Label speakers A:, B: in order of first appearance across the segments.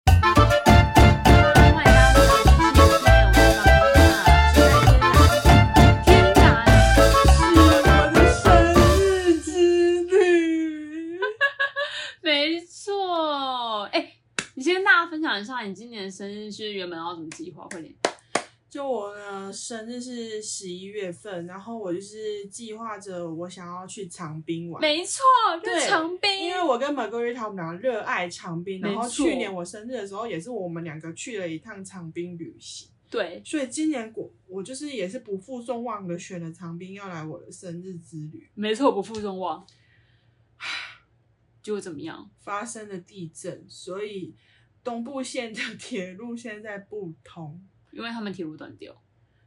A: 嗯啊哎大家分享一下你今年生日是原本要怎么计划？快点，
B: 就我呢，生日是十一月份，然后我就是计划着我想要去长滨玩，
A: 没错，就是
B: 对
A: 长滨
B: 因，为我跟 Margaret 他们俩热爱长滨，然
A: 没
B: 后
A: 错
B: 去年我生日的时候也是我们两个去了一趟长滨旅行，
A: 对，
B: 所以今年我我就是也是不负众望的选了长滨要来我的生日之旅，
A: 没错，不负众望。就怎么样？
B: 发生了地震，所以东部线的铁路现在不通，
A: 因为他们铁路断掉，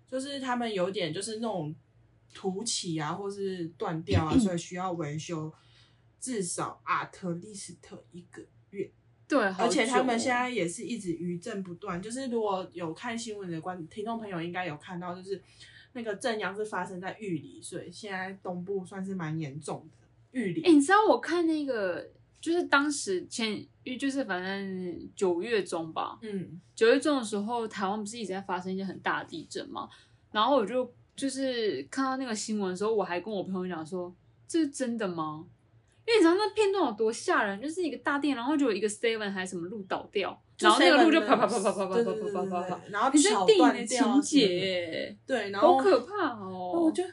B: 就是他们有点就是那种凸起啊，或是断掉啊，所以需要维修至少阿特利斯特一个月。
A: 对，
B: 而且他们现
A: 在。
B: 在也是一直余震不断，就是如果有看新闻的观听众朋友应该有看到，就是那个正央是发生在玉里，所以现在东部算是蛮严重的。玉
A: 哎、
B: 里，
A: 你知道我看那个，就是当时前，就是反正九月中吧，
B: 嗯，
A: 九月中的时候，台湾不是一直在发生一些很大的地震吗？然后我就就是看到那个新闻的时候，我还跟我朋友讲说，这是真的吗？因为你知道那片段有多吓人，就是一个大电，然后就有一个 seven 还是什么路倒掉，然后那个路就啪啪啪啪啪啪啪啪啪啪啪，
B: 对，然后
A: 你在
B: 桥
A: 电影
B: 断
A: 的
B: 掉
A: 情
B: 什么的
A: 节耶，
B: 对，然后
A: 好可怕哦！
B: 我就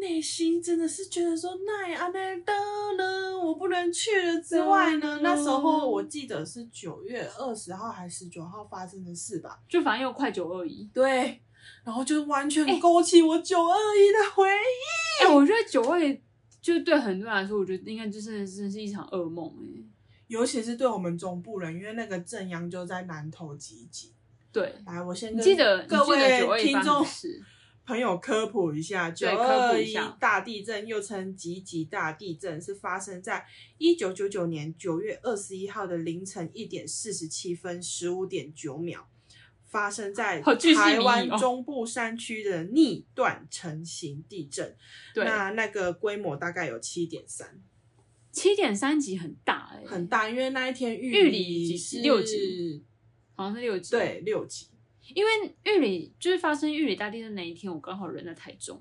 B: 内心真的是觉得说，奈阿奈的呢，我不能去了之外呢，
A: 嗯
B: 那时候我记得是九月二十号还是十九号发生的事吧？
A: 就反正又快九二一，
B: 对，然后就完
A: 哎
B: 全勾起我九二一的回忆。
A: 哎、我觉得九位就对很多人来说，我觉得应该就真的真是一场噩梦哎、
B: 尤其是对我们中部人，因为那个正阳就在南投集集。
A: 对，
B: 来，我先
A: 你
B: 跟
A: 记得
B: 各
A: 你记得九
B: 位
A: 位
B: 听众
A: 是
B: 朋友科普一下，九
A: 对科普
B: 二
A: 一
B: 一
A: 下
B: 大地震又称集集大地震，是发生在一九九九年九月二十一号的凌晨一点四十七分十五点九秒，发生在
A: 好巨细靡遗
B: 台
A: 哦
B: 湾中部山区的逆断成型地震。
A: 对
B: 那那个规模大概有七点三，
A: 七点三级很大哎、
B: 很大，因为那一天
A: 玉
B: 玉
A: 里
B: 里
A: 几
B: 是
A: 六级，好像是六级。，
B: 对，六级。
A: 因为玉里就是发生玉里大地震那一天，我刚好人在台中，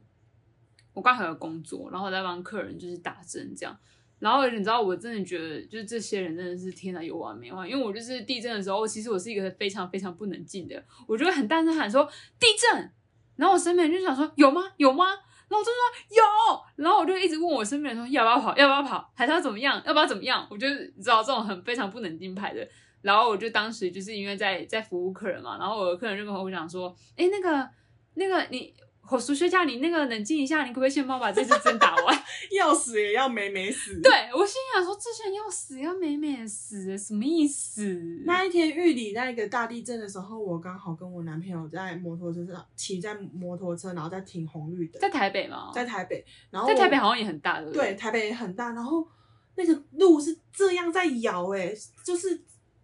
A: 我刚好有工作，然后我在帮客人就是打针这样。然后你知道，我真的觉得，就是这些人真的是天哪，有完没完？因为我就是地震的时候，其实我是一个非常非常不能静的，我就会很大声喊说地震，然后我身边人就想说有吗？有吗？然后我就说有，然后我就一直问我身边人说要不要跑，要不要跑，还是要怎么样，要不要怎么样？我就你知道这种很非常不能静派的。然后我就当时就是因为在在服务客人嘛，然后我的客人就跟我讲说，哎，那个那个你火叔休假，你那个冷静一下，你可不可以先帮我把这支针打完？
B: 要死也要美美死。
A: 对我心想说，这些人要死要美美地死，什么意思？
B: 那一天玉里那个大地震的时候，我刚好跟我男朋友在摩托车上骑在摩托车，然后在停红绿灯，
A: 在台北吗？
B: 在台北，然后
A: 在台北
B: 我
A: 好像也很大，对不
B: 对，台北也很大，然后那个路是这样在摇、欸，就是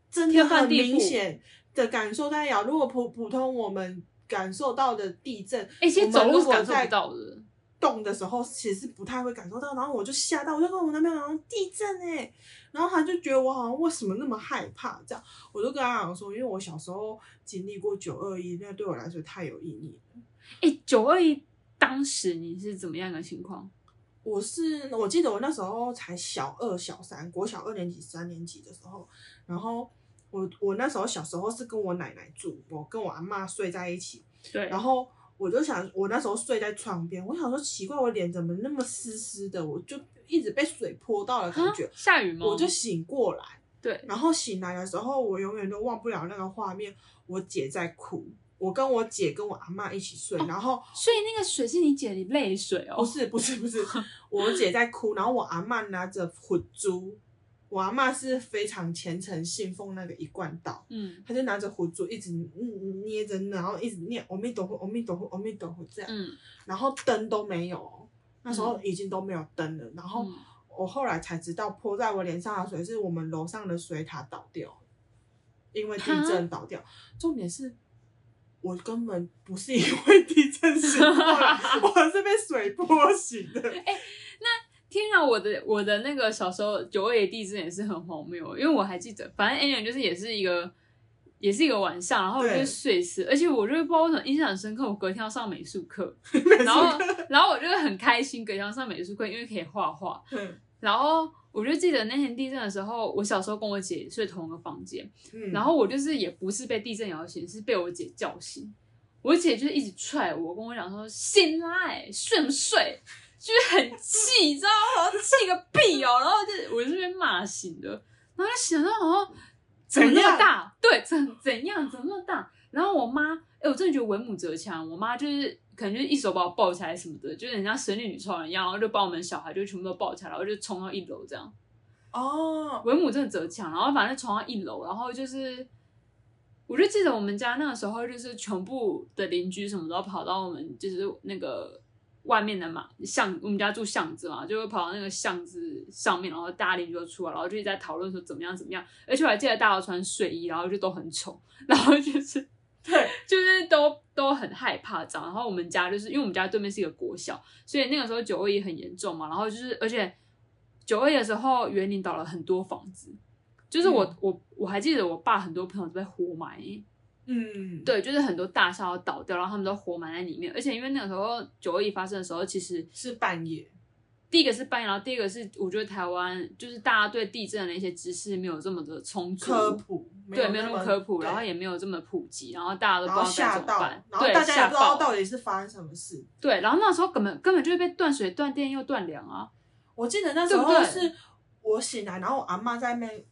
B: 真的
A: 天翻
B: 很
A: 地覆
B: 明显的感受在摇。如果普普通我们感受到的地震，
A: 哎，其实
B: 我们
A: 走路
B: 如
A: 是
B: 果
A: 感受
B: 在
A: 不到的。
B: 动的时候，其实是不太会感受到。然后我就吓到，我就跟我男朋友讲地震哎、然后他就觉得我好像为什么那么害怕这样，我就跟他讲说，因为我小时候经历过九二一，那对我来说太有意义了。
A: 哎，九二一当时你是怎么样的情况？
B: 我是我记得我那时候才小二小三，国小二年级三年级的时候，然后我我那时候小时候是跟我奶奶住，我跟我阿妈睡在一起，
A: 对
B: 然后我就想，我那时候睡在床边，我想说奇怪，我脸怎么那么湿湿的，我就一直被水泼到的感觉
A: 啊，下雨吗？
B: 我就醒过来，
A: 对，
B: 然后醒来的时候，我永远都忘不了那个画面，我姐在哭，我跟我姐跟我阿妈一起
A: 哦
B: 睡，然后
A: 所以那个水是你姐的泪水哦
B: 不。是不是 不是，我姐在哭，然后我阿妈拿着火珠，我阿妈是非常虔诚信奉那个一贯道。
A: 嗯
B: 她就拿着火珠一直嗯捏着，然后一直念阿弥陀佛、阿弥陀佛、阿弥陀佛这样，
A: 嗯，
B: 然后灯都没有哦，那时候已经都没有灯了。然后
A: 嗯
B: 我后来才知道，泼在我脸上的水是我们楼上的水塔倒掉了，因为地震倒掉。重点是。我根本不是因为地震醒过 来，我是被水泼醒的。
A: 哎天啊，我的我的那个小时候九二一地震也是很荒谬，因为我还记得，反正 anyway 就是也是一个也是一个晚上，然后我就
B: 对
A: 睡死，而且我就不知道为什么印象很深刻，我隔天要上美术课，
B: 美术
A: 然后然后我就很开心，隔天要上美术课，因为可以画画，
B: 嗯
A: 然后我就记得那天地震的时候，我小时候跟我姐睡同一个房间，
B: 嗯，
A: 然后我就是也不是被地震摇醒，是被我姐叫醒。我姐就是一直踹我，跟我讲说醒来睡不睡，就是很气，你知道吗？然后气个屁哦，然后就我就被骂醒的，然后就想到哦，怎么那么大？对，怎怎样？怎么那么大？然后我妈，哎、我真的觉得为母则强，我妈就是可能就是一手把我抱起来什么的，就是很像神力女超人一样，然后就把我们小孩就全部都抱起来，然后就冲到一楼这样。
B: 哦，
A: 维姆真的折墙，然后反正冲到一楼，然后就是，我就记得我们家那个时候就是全部的邻居什么都跑到我们就是那个外面的嘛巷，我们家住巷子嘛，就会跑到那个巷子上面，然后大家邻居都出来，然后就一直在讨论说怎么样怎么样，而且我还记得大家都穿睡衣，然后就都很丑，然后就是。
B: 对，
A: 就是都都很害怕这样。然后我们家就是因为我们家对面是一个国小，所以那个时候九二一很严重嘛。然后就是而且九二一的时候，园林倒了很多房子，就是我、
B: 嗯
A: 我我还记得我爸很多朋友都被活埋、
B: 嗯，
A: 对，就是很多大厦都倒掉，然后他们都活埋在里面。而且因为那个时候九二一发生的时候，其实
B: 是半夜，
A: 第一个是半夜，然后第一个是我觉得台湾就是大家对地震的一些知识没有这么的充足，
B: 科普，
A: 对，没有
B: 那
A: 那么科普，
B: 对
A: 然后也没有这么普及，然后大家都
B: 然
A: 不知道
B: 后
A: 该
B: 吓
A: 怎么
B: 到，
A: 办
B: 然，后
A: 对，
B: 大家也
A: 吓
B: 不知道
A: 爆。
B: 到底是发生什么事。
A: 对，然后那时候根本根本就是被断水、断电又断粮啊，
B: 我记得那时
A: 对
B: 候
A: 不对
B: 是我醒来，然后我阿妈在那边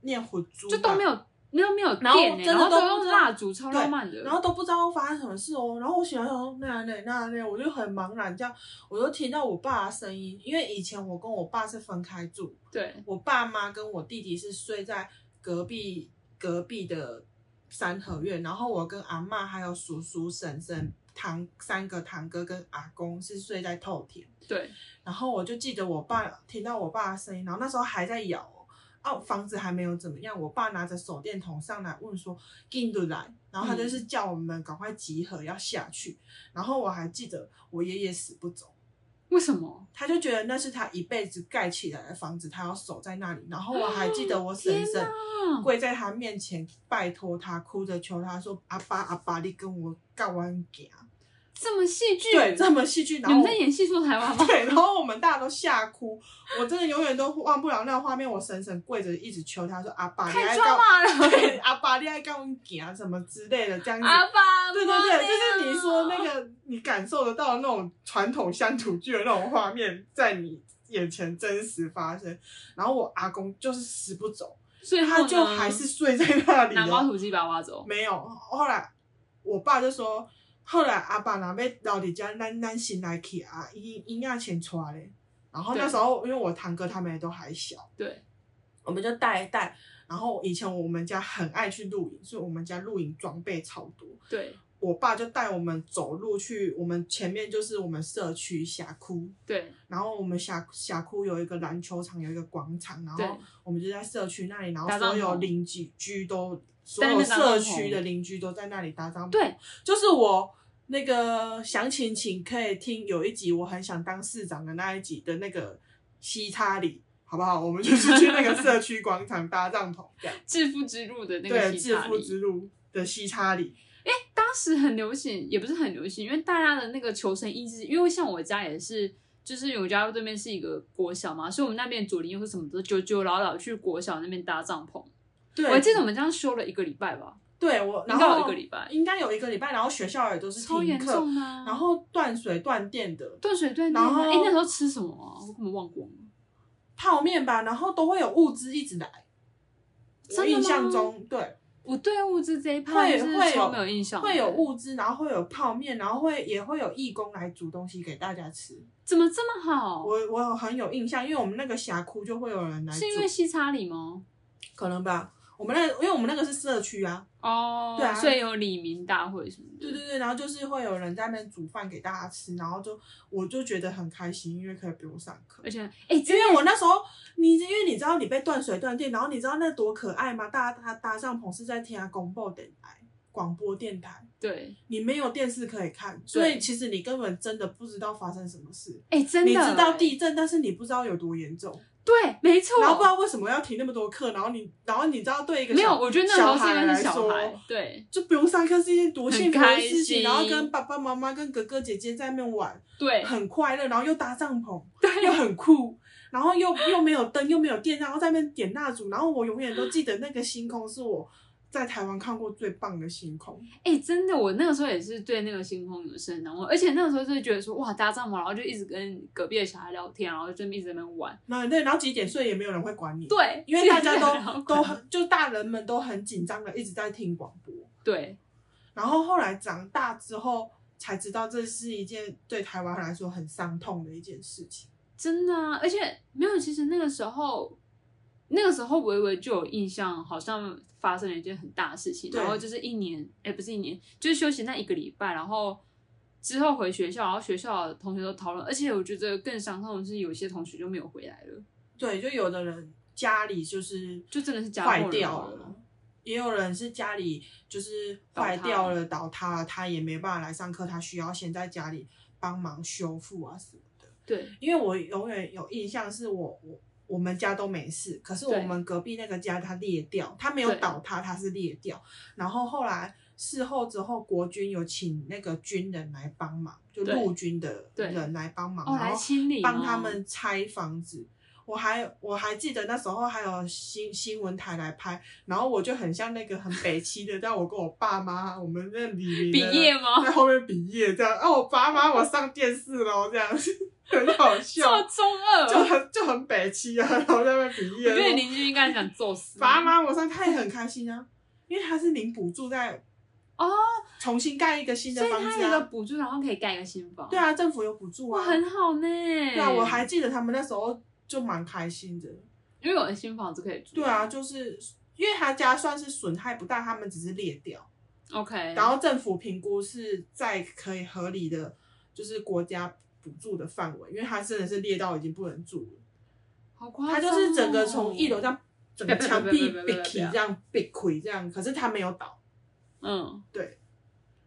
B: 念混珠，
A: 就都没。有没有没有
B: 嗯然后
A: 电、欸，
B: 真
A: 然
B: 的
A: 后
B: 都
A: 都
B: 不
A: 用
B: 知道
A: 蜡烛，超
B: 对
A: 浪漫的。
B: 然后都不知道发生什么事哦，然后我醒来想说那那那那，我就很茫然这样，我就听到我爸的声音，因为以前我跟我爸是分开住，
A: 对，
B: 我爸妈跟我弟弟是睡在隔壁隔壁的三合院，然后我跟阿嬷还有叔叔、婶婶、堂三个堂哥跟阿公是睡在透天。
A: 对，
B: 然后我就记得我爸听到我爸的声音，然后那时候还在摇哦，啊，房子还没有怎么样，我爸拿着手电筒上来问说进得来，然后他
A: 嗯
B: 就是叫我们赶快集合要下去，然后我还记得我爷爷死不走。
A: 为什么？
B: 他就觉得那是他一辈子盖起来的房子，他要守在那里。然后我还记得我婶
A: 天
B: 婶
A: 哪
B: 跪在他面前，拜托他，哭着求他说：“阿爸，阿爸，你跟我干完家。
A: 这么戏”剧？
B: 对，这么戏剧。然
A: 你
B: 后
A: 们
B: 我
A: 在演戏说台湾吗？
B: 对，然后我们大家都吓哭，我真的永远都忘不了那个画面。我婶婶跪着一直求他说：“阿爸，你
A: 太
B: 爱
A: 抓
B: 干，
A: 马了！
B: 对，阿爸，你爱干我家什么之类的这样子。”
A: 阿爸，
B: 对对
A: 妈
B: 对，
A: 呀
B: 就是你说那个你感受得到那种传统乡土剧的那种画面，在你眼前真实发生。然后我阿公就是死不走，
A: 所以
B: 他就还是睡在那里
A: 南瓜
B: 哦。
A: 土鸡把挖走。
B: 没有，后来我爸就说，后来阿爸那边老李家咱咱醒来去啊，因因亚钱穿嘞。然后那
A: 对
B: 时候因为我堂哥他们也都还小。
A: 对，
B: 我们就带一带。然后以前我们家很爱去露营，所以我们家露营装备超多。
A: 对，
B: 我爸就带我们走路去，我们前面就是我们社区峡谷，
A: 对，
B: 然后我们峡峡谷有一个篮球场，有一个广场，然
A: 对
B: 后，我们就在社区那里，然后
A: 搭帐篷
B: 所有邻居居都，所
A: 在那
B: 有
A: 边搭帐
B: 社
A: 篷
B: 区的邻居都在那里搭帐篷。
A: 对，
B: 就是我那个详情，请可以听有一集我很想当市长的那一集的那个西塔里，好不好？我们就是去那个社区广场搭帐篷，这样
A: 致富之路 的那个
B: 对
A: 戏
B: 致
A: 法
B: 富
A: 里
B: 之路的西塔里，
A: 当时很流行，也不是很流行，因为大家的那个求生意志，因为像我家也是，就是我家对面是一个国小嘛，所以我们那边左邻右舍什么的，久久老老去国小那边搭帐篷。
B: 对，
A: 我还记得我们这样修了一个礼拜吧，
B: 对我，
A: 应
B: 然
A: 该有
B: 后
A: 一个礼拜
B: 应该有一个礼拜，然后学校也都是
A: 超
B: 停
A: 严
B: 课，
A: 重的、啊。
B: 然后断水断电的
A: 断水断电啊，
B: 然后
A: 哎、那时候吃什么啊？我根本忘光了。
B: 泡面吧，然后都会有物资一直来。
A: 真
B: 我
A: 的吗
B: 印象中，对，
A: 我对物资这一趴
B: 会
A: 就是
B: 会
A: 超
B: 有
A: 没有印象的，
B: 会有物资，然后会有泡面，然后会也会有义工来煮东西给大家吃。
A: 怎么这么好？
B: 我我很有印象，因为我们那个峡谷就会有人来煮
A: 是，因为西差里吗？
B: 可能吧。我们那因为我们那个是社区啊，
A: 哦、
B: 对啊
A: 所以有李明大会什么的。
B: 对对对，然后就是会有人在那边煮饭给大家吃，然后就我就觉得很开心，因为可以不用上课
A: 而。且，哎、
B: 因
A: 真
B: 为我那时候，你因为你知道你被断水断电，然后你知道那多可爱吗？大家搭搭帐篷是在听广播电台、广播电台，
A: 对，
B: 你没有电视可以看，所以其实你根本真的不知道发生什么事。
A: 哎、真的、
B: 你知道
A: 哎
B: 地震，但是你不知道有多严重，
A: 对，没错。
B: 然后不知道为什么要停那么多课，然后你，然后你知道对一个
A: 没有，
B: 小
A: 我觉得那时候是
B: 孩
A: 因为
B: 来
A: 是小
B: 说
A: 孩，对
B: 就不用上课是一件多幸福的事
A: 很开心
B: 情，然后跟爸爸妈妈、跟哥哥姐姐在那边玩，
A: 对
B: 很快乐，然后又搭帐篷，
A: 对
B: 又很酷，然后又又没有灯，又没有电，然后在那边点蜡烛，然后我永远都记得那个星空是我在台湾看过最棒的星空。
A: 哎、真的，我那个时候也是对那个星空有深难忘，而且那个时候就是觉得说哇，大家知道吗？然后就一直跟隔壁的小孩聊天，然后就一直在那边玩。
B: 那对，然后几点睡也没有人会管你，
A: 对，
B: 因为大家
A: 然
B: 都
A: 后
B: 都很，就大人们都很紧张的一直在听广播。
A: 对，
B: 然后后来长大之后才知道，这是一件对台湾来说很伤痛的一件事情。
A: 真的、啊，而且没有，其实那个时候。那个时候，微微就有印象，好像发生了一件很大的事情，
B: 对
A: 然后就是一年，哎、不是一年，就是休息那一个礼拜，然后之后回学校，然后学校的同学都讨论，而且我觉得更伤痛的是，有些同学就没有回来了，
B: 对，就有的人家里就是
A: 就真的是家破
B: 坏
A: 人
B: 掉
A: 亡
B: 了
A: 了，
B: 也有人是家里就是坏掉了、倒塌了，他也没办法来上课，他需要先在家里帮忙修复啊什么的。
A: 对，
B: 因为我永远有印象，是我我我们家都没事，可是我
A: 对
B: 们隔壁那个家它裂掉，它没有
A: 对
B: 倒塌，它是裂掉。然后后来事后之后，国军有请那个军人来帮忙，就
A: 对
B: 陆军的
A: 对
B: 人来帮忙，
A: 哦，
B: 然
A: 来
B: 后
A: 清理、哦，
B: 帮他们拆房子。我还我还记得那时候还有新新闻台来拍，然后我就很像那个很北七的，但 我跟我爸妈我们那里
A: 毕业吗？
B: 在后面毕业这样，啊，我爸妈我上电视喽，这样 很好
A: 这么
B: 笑，
A: 中二，
B: 就很就很北气啊，然后在那边毕
A: 我觉得你
B: 业咯。
A: 邻居应该很想揍死你
B: 爸妈我上，他也很开心啊，因为他是零补助在
A: 哦，
B: 重新盖一个新的
A: 所以
B: 房
A: 他
B: 子
A: 有一个
B: 啊，
A: 补助，然后可以盖一个新房，
B: 对，啊，政府有补助
A: 哇，
B: 啊，
A: 很好呢。
B: 对啊，我还记得他们那时候就蛮开心的，
A: 因为有了新房子可以住，
B: 对啊，就是因为他家算是损害不大，他们只是裂掉。
A: ，OK，
B: 然后政府评估是在可以合理的，就是国家补助的范围，因为它真的是裂到已经不能住了，
A: 好夸张
B: 它
A: 哦，
B: 就是整个从一楼这样，整个墙壁
A: 别别别别别别
B: 被起这样被溃这样，可是它没有倒，
A: 嗯，
B: 对，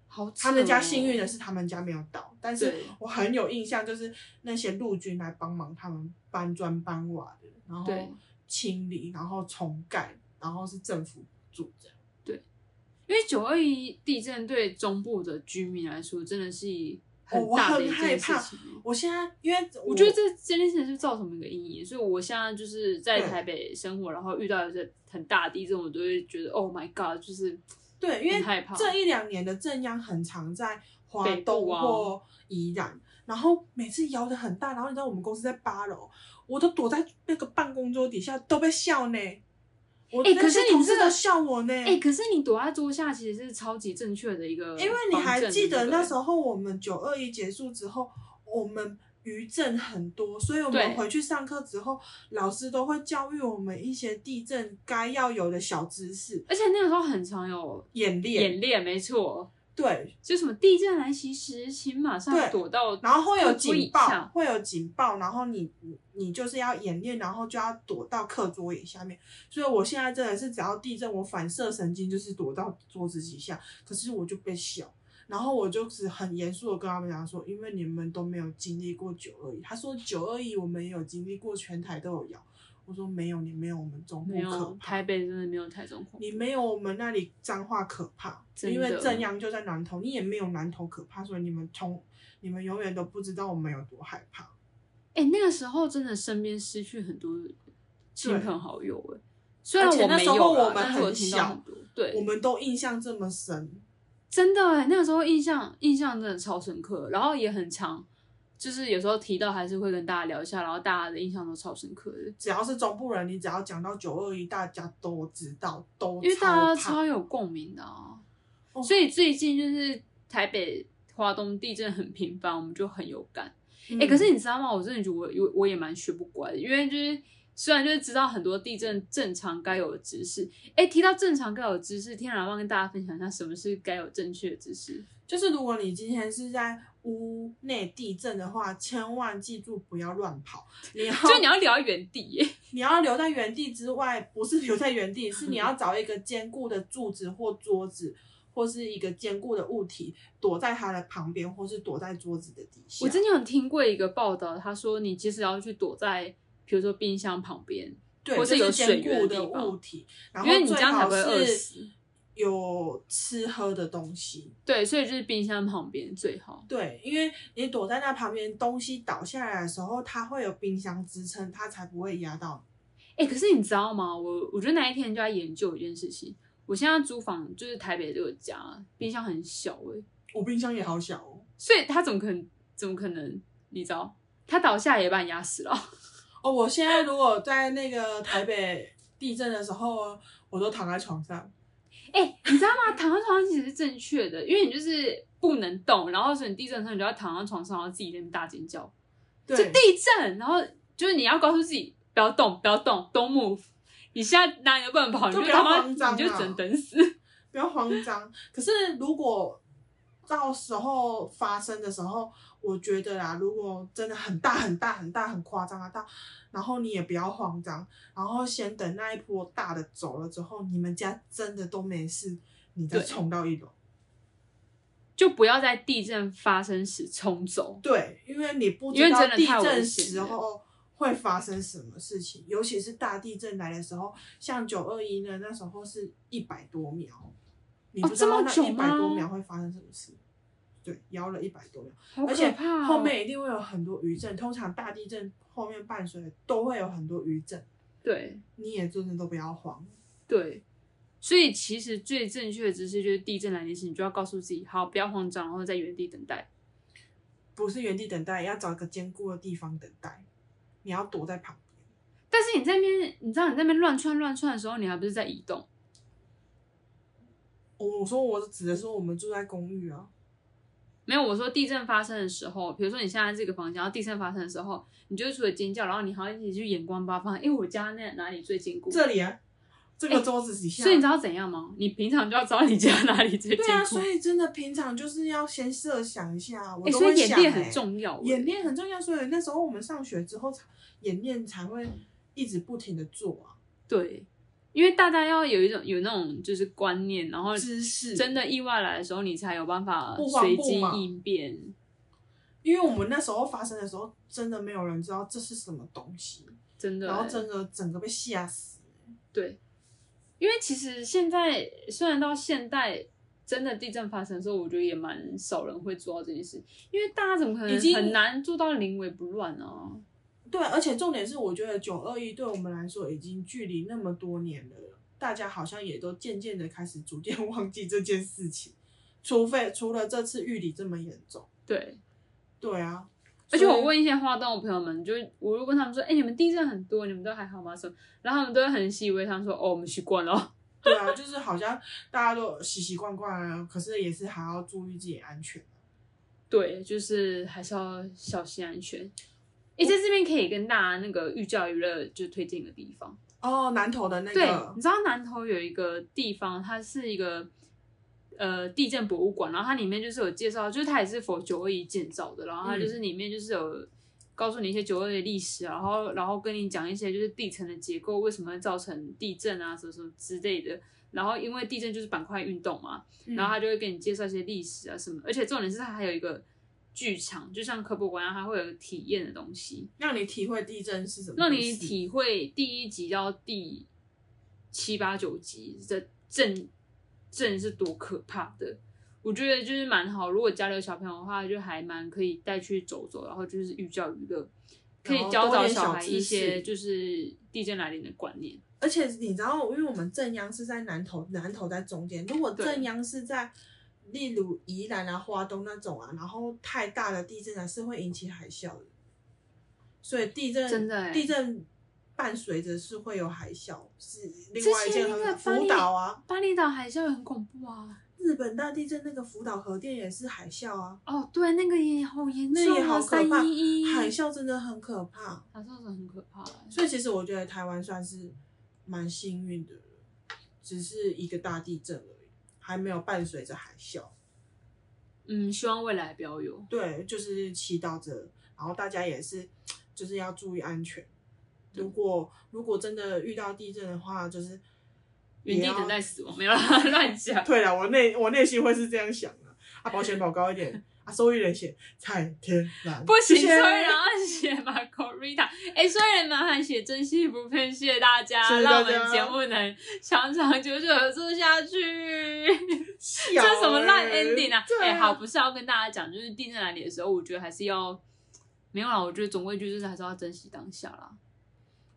A: 好扯哦，
B: 他们家幸运的是他们家没有倒，但是
A: 对
B: 我很有印象，就是那些陆军来帮忙他们搬砖搬瓦的，然
A: 对
B: 后清理，然后重盖，然后是政府补助这样，
A: 因为九二一地震对中部的居民来说真的是
B: 哦
A: 很
B: 我
A: 大的
B: 很
A: 一
B: 害
A: 件事
B: 怕
A: 情。
B: 我现在因为
A: 我觉得这这件事情是造成我一个阴影，所以我现在就是在
B: 对
A: 台北生活，然后遇到一些很大的地震，我都会觉得 Oh my God，就是
B: 对，因为
A: 很害怕
B: 这一两年的震央很常在华
A: 北
B: 东
A: 部啊
B: 或宜兰，然后每次摇的很大，然后你知道我们公司在八楼，我都躲在那个办公桌底下都被笑呢。我
A: 哎
B: 那
A: 可是
B: 些
A: 你
B: 同事
A: 这个
B: 都笑我呢，
A: 哎、呃可是你躲在桌下其实是超级正确的一个，
B: 因为你还记得那时
A: 候，
B: 候我们九二一结束之后，我们余震很多，所以我们
A: 对
B: 回去上课之后，老师都会教育我们一些地震该要有的小知识，
A: 而且那个时候很常有
B: 演练，
A: 演练，没错，
B: 对，
A: 就什么地震来袭时，请马
B: 对
A: 上躲到，
B: 然后会有警
A: 以
B: 报
A: 下，
B: 会有警报，然后你你你就是要演练，然后就要躲到课桌椅下面。所以我现在真的是只要地震，我反射神经就是躲到桌子底下，可是我就被笑。然后我就只很严肃的跟他们讲说，因为你们都没有经历过九二一。他说九二一我们也有经历过，全台都有摇。我说没有，你没有我们中部
A: 没
B: 可
A: 有
B: 怕，
A: 台北真的没有台中恐怖，
B: 你没有我们那里脏话可怕，
A: 真的
B: 因为正阳就在南投，你也没有南投可怕，所以你们从你们永远都不知道我们有多害怕。
A: 哎、那个时候真的身边失去很多亲朋好友、哎，虽然
B: 而且
A: 我
B: 那
A: 没
B: 时
A: 有
B: 候
A: 啦，
B: 我们
A: 但是我
B: 很
A: 听
B: 小
A: 到很多，对，
B: 我们都印象这么深，
A: 真的哎、那个时候印象印象真的超深刻，然后也很长，就是有时候提到还是会跟大家聊一下，然后大家的印象都超深刻的，
B: 只要是中部人，你只要讲到九二一，大家都知道，都
A: 因为大家
B: 超怕
A: 超有共鸣的啊。
B: 哦
A: 所以最近就是台北、华东地震很频繁，我们就很有感。哎、
B: 嗯
A: 可是你知道吗？我真的觉得我我我也蛮学不乖的，因为就是虽然就是知道很多地震正常该有的知识，哎、提到正常该有的知识，天然忘跟大家分享一下什么是该有正确的知识。
B: 就是如果你今天是在屋内地震的话，千万记住不要乱跑，你要
A: 就你要聊原地耶，
B: 你要留在原地之外，不是留在原地，是
A: 嗯
B: 你要找一个坚固的柱子或桌子，或是一个坚固的物体，躲在它的旁边，或是躲在桌子的底下。
A: 我之前有听过一个报道，他说你即使要去躲在，比如说冰箱旁边，
B: 对，
A: 或
B: 就是
A: 有
B: 坚
A: 水源
B: 固
A: 的
B: 的
A: 地方
B: 物体，然后
A: 因为你
B: 最
A: 这样才
B: 好
A: 会
B: 是
A: 饿死。
B: 有吃喝的东西。
A: 对，所以就是冰箱旁边最好。
B: 对，因为你躲在那旁边，东西倒下来的时候，它会有冰箱支撑，它才不会压到
A: 哎、可是你知道吗？我我觉得那一天就在研究一件事情。我现在租房就是台北这个家，冰箱很小哎、
B: 你。我冰箱也好小哦。
A: 所以它怎么可能？怎么可能？你知道，它倒下也把你压死了。
B: 哦，我现在如果在那个台北地震的时候，哦我都躺在床上。
A: 哎、你知道吗？躺在床上其实是正确的，因为你就是不能动，然后所以你地震的时候你就要躺在床上，然后自己在那边大尖叫，就
B: 对
A: 地震，然后就是你要告诉自己不要动，不要动，don't move。你现在哪里都不能跑，你
B: 就
A: 就
B: 不要
A: 他妈
B: 慌张
A: 你就
B: 啊
A: 只能等死。
B: 不要慌张。可是如果到时候发生的时候，我觉得啦，如果真的很大很大很大很夸张啊大，然后你也不要慌张，然后先等那一波大的走了之后，你们家真的都没事，你再
A: 对
B: 冲到一楼。
A: 就不要在地震发生时冲走。
B: 对，因为你不
A: 因
B: 知
A: 为
B: 道
A: 真的
B: 地
A: 太危
B: 震
A: 险
B: 时
A: 了
B: 候会发生什么事情，尤其是大地震来的时候，像九二一呢，那时候是一百多秒，你
A: 哦
B: 不知
A: 这
B: 道
A: 么
B: 那
A: 久
B: 一百多
A: 吗
B: 秒会发生什么事。对，摇了一百多秒，
A: 好
B: 而且
A: 可怕、哦！
B: 后面一定会有很多余震。通常大地震后面伴随的都会有很多余震，
A: 对
B: 你也真的都不要慌。
A: 对，所以其实最正确的姿势就是地震来临时，你就要告诉自己，好，不要慌张，然后在原地等待。
B: 不是原地等待，要找一个坚固的地方等待。你要躲在旁边，
A: 但是你在那边，你知道你在那边乱窜乱窜的时候，你还不是在移动？
B: 哦我我说我指的是我们住在公寓啊，
A: 没有，我说地震发生的时候，比如说你现在这个房间，然后地震发生的时候，你就是除了尖叫，然后你还要一直去眼光八方，哎，我家那哪里最坚固？
B: 这里啊，这个桌子底
A: 哎
B: 下。
A: 所以你知道怎样吗？你平常就要知道你家哪里最坚
B: 对
A: 固。
B: 啊，所以真的平常就是要先设想一下，我
A: 哎，
B: 都
A: 所
B: 会
A: 以演
B: 想、
A: 练很，重要欸。
B: 演练很重要。所以那时候我们上学之后，演练才会一直不停的做啊，
A: 对，因为大家要有一种有那种就是观念，然后
B: 知识
A: 呃真的意外来的时候，你才有办法
B: 不慌
A: 随
B: 不
A: 机
B: 忙
A: 应变。
B: 因为我们那时候发生的时候，真的没有人知道这是什么东西，
A: 真的欸，
B: 然后真的整个被吓死。
A: 对，因为其实现在虽然到现代。真的地震发生的时候，我觉得也蛮少人会做到这件事，因为大家怎么可
B: 已
A: 能
B: 经
A: 很难做到临危不乱啊？
B: 对，而且重点是，我觉得九二一对我们来说已经距离那么多年了，大家好像也都渐渐的开始逐渐 忘记这件事情，除非除了这次玉里这么严重。
A: 对，
B: 对啊，
A: 而且
B: 所
A: 我
B: 以
A: 问一些花东的朋友们，就是我就问他们说：“哎、你们地震很多，你们都还好吗？”什么？然后他们都会很习以为常说：“哦，我们习惯了。
B: 对啊，就是好像大家都习习惯惯了，可是也是还要注意自己安全。”
A: 对，就是还是要小心安全。哎、在这边可以跟大家那个寓教于乐，就推荐一个地方。
B: 哦，南投的那
A: 对，
B: 个
A: 你，知道南头有一个地方，它是一个呃地震博物馆，然后它里面就是有介绍，就是它也是否九二一建造的，然后它
B: 嗯
A: 就是里面就是有告诉你一些九二一的历史啊，然后然后跟你讲一些就是地层的结构为什么会造成地震啊，什么什么之类的。然后因为地震就是板块运动嘛，
B: 嗯
A: 然后他就会给你介绍一些历史啊什么，而且重点是它还有一个剧场，就像科博馆一样，它会有体验的东西。
B: 让你体会地震是什么，
A: 让你。体会第一集到第七八九集的震震是多可怕的。我觉得就是蛮好，如果家里有小朋友的话，就还蛮可以带去走走，然后就是寓教于乐，可以
B: 然后
A: 教
B: 多
A: 导
B: 点小
A: 孩
B: 知
A: 一些
B: 识
A: 就是地震来临的观念。
B: 而且你知道，因为我们正央是在南投，南投在中间。如果
A: 对
B: 正央是在，例如宜兰啊、花东那种啊，然后太大的地震啊，是会引起海啸的。所以地震
A: 真的欸
B: 地震伴随着是会有海啸，是另
A: 之
B: 外一
A: 前
B: 件
A: 那
B: 很
A: 个巴
B: 福
A: 厘
B: 岛啊，
A: 巴厘岛海啸也很恐怖啊！
B: 日本大地震那个福岛核电也是海啸啊，
A: 哦，对，那个也好严
B: 那也
A: 重啊，
B: 好可
A: 三
B: 怕
A: 一一，
B: 海啸真的很可怕。
A: 海啸真的很可怕欸、
B: 所以其实我觉得台湾算是蛮幸运的了，只是一个大地震而已，还没有伴随着海啸。
A: 嗯，希望未来不要有。
B: 对，就是祈祷着，然后大家也是，就是要注意安全。
A: 对
B: 如果如果真的遇到地震的话，就是
A: 原地
B: 也要
A: 等 待死亡，没有啦，乱讲。
B: 对了，我内我内心会是这样想的啊，保险保高一点啊，啊，受益人写蔡天蓝，
A: 不行，
B: 谢
A: 所
B: 谢
A: 以人按写 Marco Rita，哎、 所以人麻烦写真心不骗，谢谢大家，
B: 谢谢
A: 让
B: 大
A: 我
B: 家
A: 们节目能长长久久的做下 去。
B: 笑
A: 这什么烂
B: 欸
A: ending 啊？
B: 对
A: 哎、好，不是要跟大家讲，就是定在哪里的时候，我觉得还是要没有啦。我觉得总归一句就是还是要珍惜当下啦。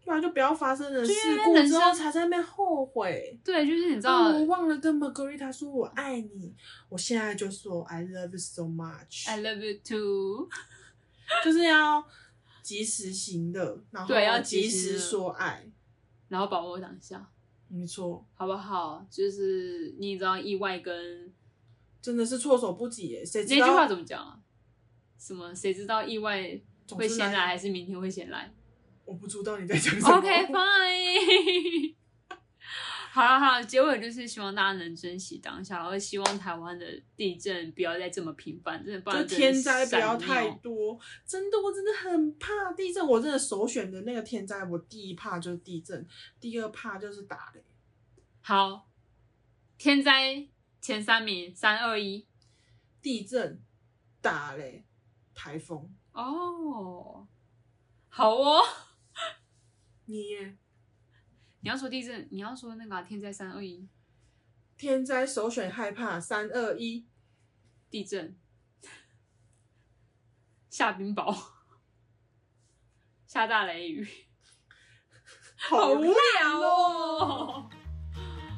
B: 不然就不要发生了
A: 对
B: 事
A: 啊
B: 故
A: 人
B: 之
A: 生
B: 后才在那边后悔。
A: 对，就是你知道，
B: 哦，我忘了跟 Margarita 说我爱你，我现在就说 I love you so much，
A: I love you too。
B: 就是要及时行乐，然后
A: 对要及
B: 及
A: 时
B: 时
A: 的
B: 说爱，
A: 然后把握当下，
B: 没错，
A: 好不好？就是你知道意外跟
B: 真的是措手不及耶，谁
A: 那
B: 知
A: 句话
B: 道
A: 怎么讲啊？什么？谁知道意外
B: 总
A: 会
B: 是
A: 先来，
B: 来？
A: 还是明天会先来
B: 我不知道你在讲 什么。
A: ？OK fine 好了好了，结尾就是希望大家能珍惜当下，然后希望台湾的地震不要再这么频繁，真的不
B: 就
A: 然真的
B: 天灾不
A: 闪
B: 要太
A: 尿
B: 多，真的，我真的很怕地震。我真的首选的那个天灾，我第一怕就是地震，第二怕就是打雷。
A: 好。天灾前三名，三二一
B: 地震、打雷、台风，
A: 哦，好哦。
B: 你耶
A: 你要说地震，你要说那个啊、天灾三二一
B: 天灾首选害怕，三二一，
A: 地震，下冰雹，下大雷雨，
B: 好
A: 无聊哦。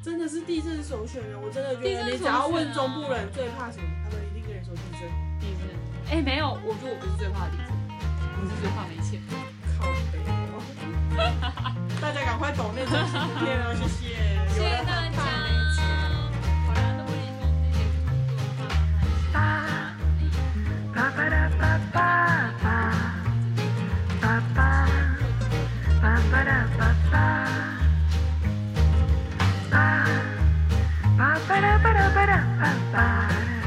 B: 真的是地震首选人，我真的
A: 地
B: 觉
A: 震
B: 得你
A: 首
B: 只要
A: 选
B: 问
A: 啊
B: 中部人最怕什么，他们一定跟你说地震。
A: 地震，哎、没有，我觉得我不是最怕地震，我是最怕没钱。
B: 靠北哦， 大家赶快抖那张图片哦，谢谢，
A: 谢
B: 有
A: 谢
B: 人
A: 大
B: 很
A: 家
B: 怕没钱。
A: 好啦，那我也希望自己的工作上班顺利
C: Ba-ba-da-ba-ba-da-ba-ba